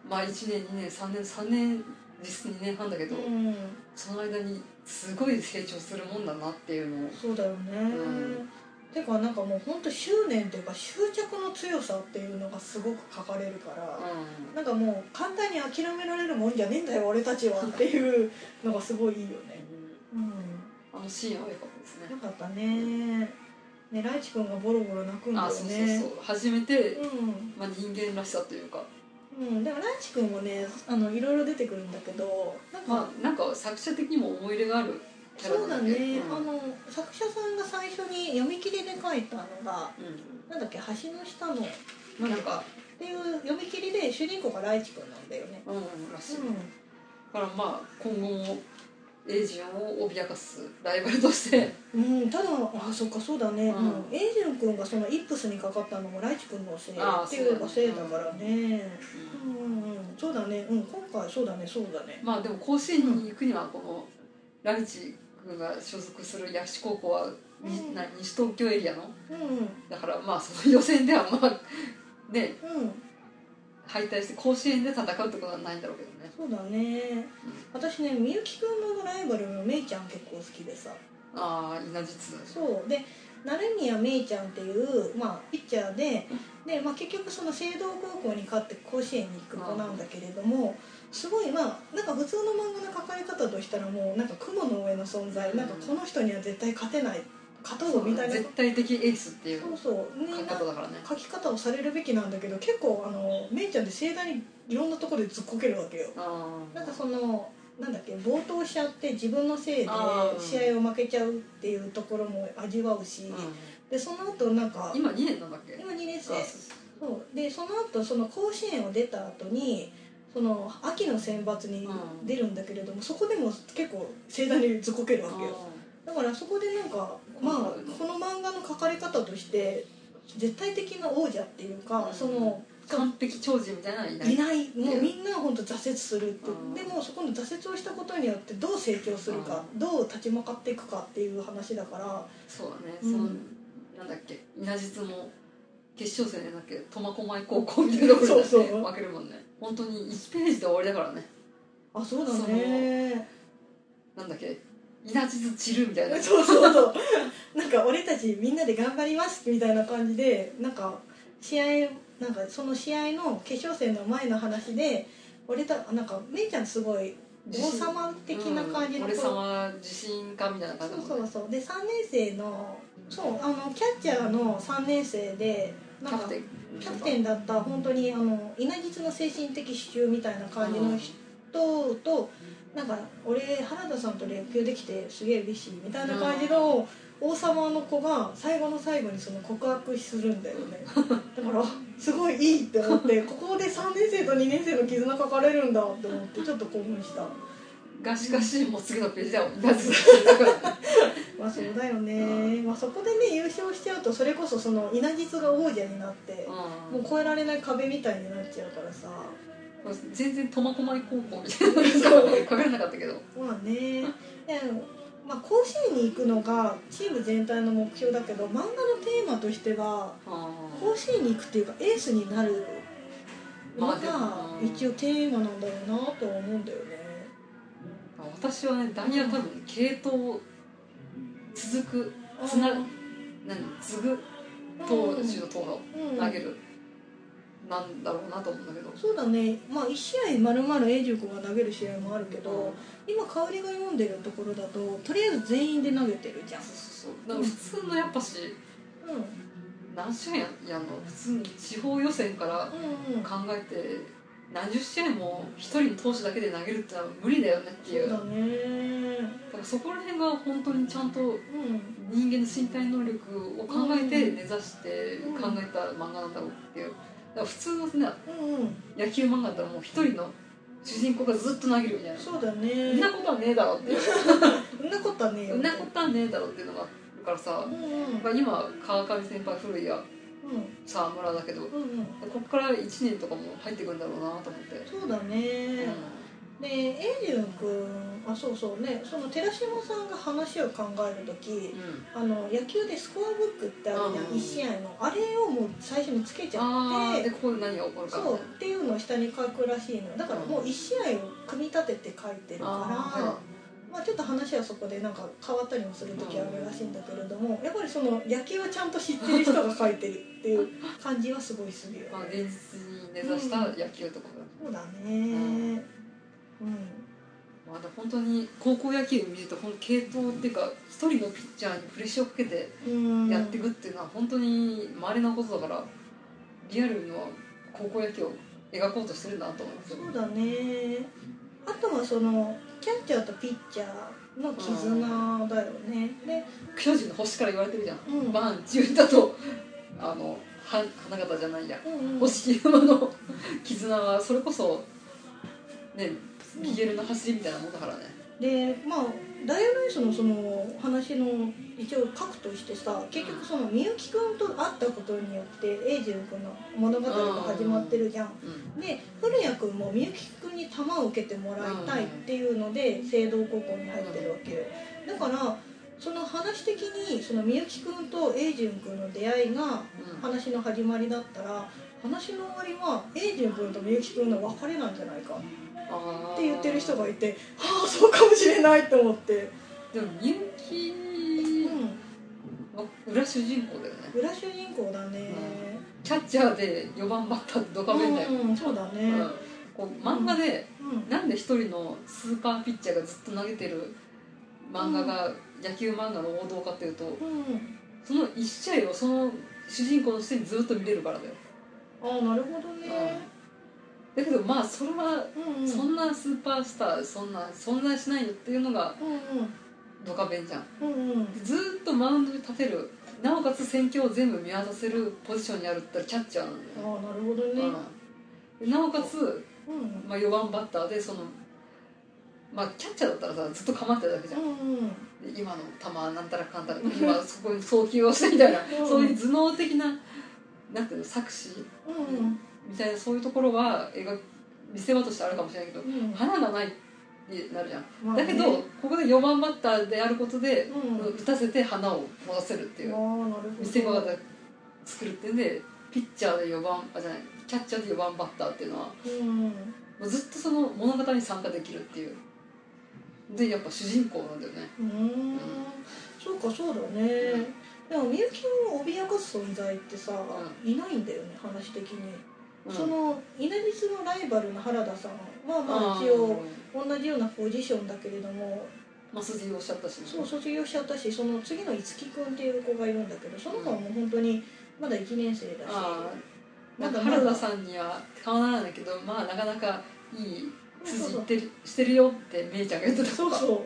S1: まあ1年2年3年3年実質2年半だけど、
S2: うん
S1: その間にすごい成長するもんだなっていうのを
S2: そうだよね、
S1: うん
S2: てかなんかもう本当執念っていうか執着の強さっていうのがすごく書かれるから、
S1: う
S2: なんかもう簡単に諦められるもんじゃねえんだよ俺たちはっていうのがすごいいいよね。
S1: ん
S2: うん、
S1: あのシーンは良かったですね
S2: よかったね。うねライチ君がボロボロ泣くんだ
S1: あ
S2: よ
S1: そうそう
S2: ね
S1: そう初めて、
S2: うん
S1: まあ、人間らしさというか
S2: うん、でもランチ君もねあのいろいろ出てくるんだけどなんか、
S1: まあなんか作者的にも思い入れがあるキャラ
S2: そうだ
S1: んけ
S2: ね、
S1: うん
S2: あの作者さんが最初に読み切りで書いたのが「なんだっけ橋の下の」っ
S1: うん、なんか、
S2: ていう読み切りで主人公がライチ君なんだよね。
S1: うん、らしい、
S2: う
S1: だ
S2: ん、
S1: からまあ今後もエイジンを脅かすライバルとして
S2: うん、ただあそっかそうだね、
S1: う
S2: うんんエイジュン君がそのイップスにかかったのもライチ君のせい
S1: あー
S2: っていうか
S1: そう
S2: せ
S1: だ
S2: い
S1: ね
S2: だからね
S1: う
S2: うんうんうんそうだねうん今回そうだねそうだね
S1: んまあでも甲子園に行くにはこのライチ君が所属する八高校は、に
S2: うん
S1: な西東京エリアの
S2: うん
S1: だからまあその予選ではまあね
S2: うんうん
S1: 敗退して甲子園で戦うってことはないんだろうけどね
S2: そうだね私ねみゆきくんのライバルのめいちゃん結構好きでさ
S1: ああ稲実
S2: そうで成宮めいちゃんっていう、まあ、ピッチャーでで、まあ、結局その青道高校に勝って甲子園に行く子なんだけれどもすごいまあなんか普通の漫画の描かれ方としたらもうなんか雲の上の存在なんかこの人には絶対勝てない勝とうみたいな
S1: 絶対的エースっていう
S2: そうそうね
S1: 感
S2: な
S1: 覚だからね
S2: 描き方をされるべきなんだけど結構あのめいちゃんって盛大にいろんなところでずっこけるわけよ。
S1: ああ
S2: なんかそのなんだっけ暴投しちゃって自分のせいで
S1: あー
S2: 試合を負けちゃうっていうところも味わうし、
S1: う
S2: でその後なんか
S1: ん今2年なんだっけ
S2: 今2年生
S1: あそうそう
S2: そうでその後その甲子園を出た後にその秋の選抜に
S1: うん
S2: 出るんだけれども、そこでも結構盛大にずこけるわけよだからそこでなんかまあこの漫画の描かれ方として絶対的な王者っていうか、
S1: うん
S2: その
S1: 完璧超人みたいなのはいない
S2: いないも
S1: う
S2: うんみんな本当挫折するって
S1: うん
S2: でもそこの挫折をしたことによってどう成長するかどう立ち向かっていくかっていう話だから
S1: そうだね、
S2: うん
S1: そのなんだっけ稲実も決勝戦でなんだっけ苫小牧高校みたいなところ
S2: そう
S1: で
S2: そう
S1: 負けるもんね本当に1ページで終わりだからね
S2: あそうだね
S1: なんだっけ稲実散るみたいな
S2: そうそうそうなんか俺たちみんなで頑張りますみたいな感じでなんか試合なんかその試合の決勝戦の前の話で俺たなんかめいちゃんすごい王
S1: 自信
S2: 様的な感じ
S1: うん
S2: の
S1: 俺
S2: 子
S1: 様自信家みたいな感じ
S2: そ
S1: だも
S2: う
S1: んね
S2: そうそうで3年生のそうあのキャッチャーの3年生で
S1: キ
S2: なん
S1: ャプ
S2: か
S1: テン
S2: キャプテンだった本当にあの稲実の精神的支柱みたいな感じの人と、なんか俺原田さんと野球できてすげえ嬉しいみたいな感じの王様の子が最後の最後にその告白するんだよねだからすごいいいって思ってここで3年生と2年生の絆書かれるんだって思ってちょっと興奮した
S1: がしかしもう次のページでは稲実散るだから
S2: まあそうだよね、まあ、そこでね優勝しちゃうとそれこそその稲実が王者になって、
S1: う
S2: もう越えられない壁みたいになっちゃうからさ
S1: ん全然苫小牧高校みたいなのしか書かれなかったけど
S2: まあねでまあ、甲子園に行くのがチーム全体の目標だけど漫画のテーマとしては甲子園に行くっていうかエースになるの
S1: まあでも
S2: が一応テーマなんだろうなとは思うんだよね
S1: 私はねダイヤ多分系統続くつな何継ぐ投手の投を
S2: うん
S1: 投げる、なんだろうなと思うんだけど
S2: そうだねまあ1試合まるまる永住君が投げる試合もあるけど、
S1: うん
S2: 今香りが読んでるところだととりあえず全員で投げてるじゃん、
S1: そうそうそうだから普通のやっぱし
S2: うん、うん
S1: 何試合やんの普通に地方予選から
S2: うん
S1: 考えて何十試合も一人の投手だけで投げるってのは無理だよねってい
S2: そううだね
S1: だからそこら辺が本当にちゃんと
S2: うん
S1: 人間の身体能力を考えて
S2: うん
S1: 根ざして
S2: うん
S1: 考えた漫画なんだろうっていうだから普通のね
S2: うんうん
S1: 野球漫画だったらもう一人の主人公がずっと投げるみたいなそ
S2: そうだね
S1: んなことはねえだろうっていう
S2: そんなことはねえ
S1: そ
S2: よ
S1: んなことはねえだろうっていうのがあるからさ
S2: うんうん
S1: やっぱ今川上先輩古いや
S2: うん
S1: 沢村だけど
S2: うんうん
S1: こっから1年とかも入ってくんだろうなと思って、
S2: そうだねで英雄くんあそうそうねその寺島さんが話を考える時
S1: うん
S2: あの野球でスコアブックってあるじゃん
S1: うん
S2: 1試合のあれをもう最初につけちゃ
S1: あ
S2: っ
S1: あで
S2: て
S1: ここで何が起こるかみたい
S2: そうっていうのを下に書くらしいのだからもう1試合を組み立てて書いてる
S1: な
S2: から
S1: あ
S2: まあ、ちょっと話はそこでなんか変わったりもする時あるらしいんだけれどもやっぱりその野球はちゃんと知ってる人が書いてるっていう感じはすごいするよ
S1: ー、はいま あ、現実に根ざした野球とかだ
S2: そうだねうん
S1: まあ、でも本当に高校野球見てたこの系統っていうか一人のピッチャーにプレッシャーをかけて
S2: うん
S1: やっていくっていうのは本当に稀なことだからリアルの高校野球を描こうとしてるなと思います
S2: そうだねあとはそのキャッチャーとピッチャーの絆だよねで
S1: 巨人の星から言われてるじゃん
S2: うん
S1: バーン千代田とあのは花形じゃないや
S2: うんうん
S1: 星木山の 絆はそれこそね PL の走りみたいなもんだからね
S2: でまあダイアナイスのその話の一応核としてさ結局そのみゆきくんと会ったことによってエイジン君の物語が始まってるじゃん
S1: うん
S2: で古谷君もみゆきくんに球を受けてもらいたいっていうので聖堂高校に入ってるわけよだからその話的にそのみゆきくんとエイジン君の出会いが
S1: うん
S2: 話の始まりだったら話の終わりはエイジン君とみゆきくんの別れなんじゃないか
S1: あー
S2: って言ってる人がいてああそうかもしれないと思って、
S1: でもみゆきの裏主人公だよね
S2: 裏主人公だね
S1: キャッチャーで4番バッタードカベンだよ、
S2: うんそうだ
S1: う
S2: ね
S1: んこう漫画で
S2: うん
S1: なんで一人のスーパーピッチャーがずっと投げてる漫画が野球漫画の王道かっていうと
S2: うん
S1: その1試合をその主人公の視点ずっと見れるからだよ
S2: ああなるほどね
S1: だけどまあそれは
S2: うんうん
S1: そんなスーパースターそんな存在しないよっていうのが
S2: う
S1: ドカベンじゃん
S2: んうんうんうん
S1: ずーっとマウンドに立てるなおかつ戦況を全部見渡せるポジションにあるって言ったらキャッチャーなんだよ
S2: ああなるほどね
S1: うんでなおかつ
S2: うんうん
S1: まあ、4番バッターでその、まあ、キャッチャーだったらさずっと構ってるだけじゃん、
S2: うん
S1: で今の球はなんたらかんたら今そこに送球をしてみたいな、
S2: うん
S1: そういう頭脳的ななんていうの作詞
S2: うん
S1: みたいなそういうところは映画見せ場としてあるかもしれないけど
S2: うん
S1: 花がないってなるじゃん、
S2: まあね
S1: だけどここで4番バッターであることで、
S2: うん
S1: 打たせて花を持たせるっていう
S2: ああなるほど
S1: 見せ場を作るっていうんでピッチャーで4番あじゃないキャッチャーで4番バッターっていうのは
S2: うん
S1: もうずっとその物語に参加できるっていうでやっぱ主人公なんだよね
S2: うーんそうかそうだねでもみゆきを脅かす存在ってさ
S1: う
S2: いないんだよね話的に
S1: うん
S2: その稲光のライバルの原田さんはま
S1: あ
S2: あ
S1: ー
S2: 一応同じようなポジションだけれども
S1: まあ卒業しちゃったしね
S2: そう卒業しちゃったしその次の樹くんっていう子がいるんだけどその子はもう本当にまだ1年生だし
S1: ああな
S2: ま
S1: んか
S2: だ
S1: 原田さんには顔ならないけどまあなかなかいい
S2: そう
S1: 筋いうっ
S2: そ
S1: てるしてるよってめいちゃんが言ってた
S2: そうそ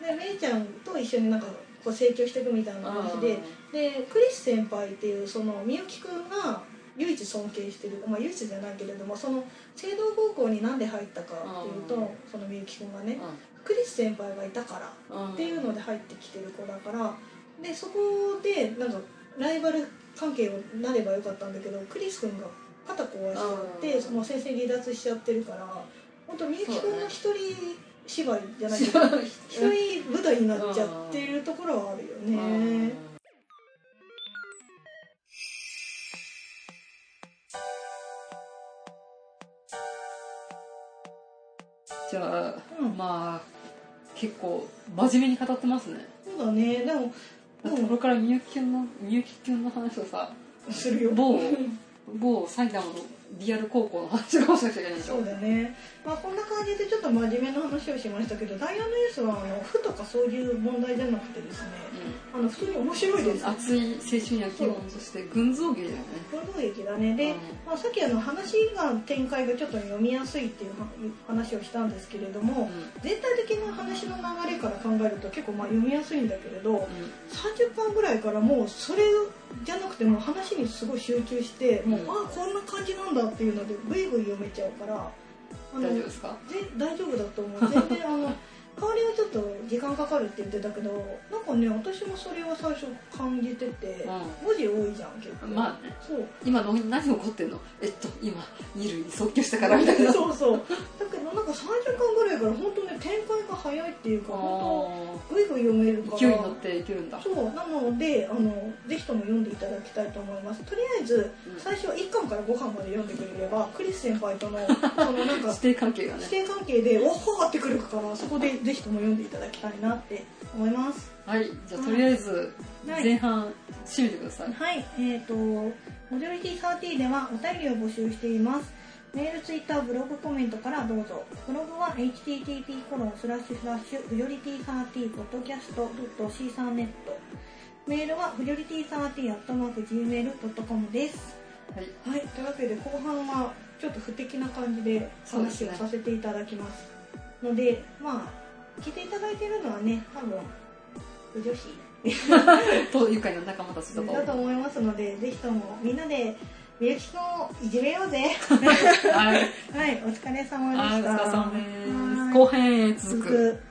S2: うでめいちゃんと一緒になんかこう成長していくみたいな
S1: あ
S2: 話
S1: あ
S2: ででクリス先輩っていうそのみゆきくんが唯一尊敬してるまあ唯一じゃないけれどもその聖堂高校になんで入ったかっていう
S1: ああ
S2: とそのみゆきくんがねクリス先輩がいたから
S1: うん
S2: っていうので入ってきてる子だからでそこでなんかライバル関係をなればよかったんだけどクリス君が肩壊しちゃって
S1: うん
S2: もう先生離脱しちゃってるから本当みゆき
S1: そう
S2: 君
S1: だね
S2: の一人芝居じゃないけ
S1: 知
S2: ど
S1: らない
S2: 一人舞台になっちゃってるところはあるよね。
S1: じゃあ、
S2: うん
S1: まあ結構真面目に語ってますね
S2: そうだねでも
S1: だってこれからみゆきくんのみゆきくんの話をさ
S2: するよ
S1: 某某埼玉のリアル高校の話かもしなきゃいけないでしょ
S2: そうだね、まあ、こんな感じでちょっと真面目な話をしましたけどダイヤのニュースはあの負とかそういう問題じゃなくてですねあの普通に面白いです
S1: 熱い青春野球もそして群像芸だよね
S2: 行動劇だねで、
S1: うん
S2: まあ、さっきあの話が展開がちょっと読みやすいっていうは話をしたんですけれども、
S1: う
S2: 全体的な話の流れから考えると結構まあ読みやすいんだけれど30分ぐらいからもうそれじゃなくてもう話にすごい集中して
S1: う
S2: もう、
S1: ん
S2: ああこんな感じなんだっていうのでぐいぐい読めちゃうからあ
S1: うん
S2: の
S1: 大丈夫ですか
S2: ぜ大丈夫だと思 う全然あの香りはちょっと時間かかるって言ってたけどなんかね私もそれは最初感じてて、
S1: う
S2: 文字多いじゃん結構
S1: まあね
S2: そう
S1: 今の何が起こってんのえっと今二塁に即球したからみたいな
S2: そうそうだけどなんか3時間ぐらいから本当ね展開が早いっていうか本
S1: あ
S2: 当ぐいぐい読めるか
S1: ー
S2: ら
S1: 勢いに乗っていけるんだ
S2: そうなのであのぜひとも読んでいただきたいと思いますとりあえず
S1: うん
S2: 最初は1巻から5巻まで読んでくれればクリス先輩 とのそのなんか
S1: 指定関係がね
S2: 師弟関係でおっほーってくるからそこでぜひとも読んでいただきたいなって思います
S1: はいじゃあとりあえず
S2: はい
S1: 前半締めてください
S2: はいえっ、と「モジョリティサーティではお便りを募集していますメール、ツイッター、ブログコメントからどうぞ。ブログは http コロンスラッシュスラッシュフリョリティサーティーポッドキャスト .c サーネット。メールはフリョリティサーティーアットマーク gmail.com です。
S1: はい
S2: はい、
S3: というわけで後半はちょっと不敵な感じで話をさせていただきますのでまあ聞いていただいてるのはね多分不女子
S1: と愉快な仲間たちだと
S3: だと思いますのでぜひともみんなでみゆきくんをいじめ ようぜ
S1: はい
S3: はいお疲れ様で
S1: はいお
S3: した
S1: 疲れ様です
S3: はい
S1: 後編へ続
S3: 続
S1: く
S3: く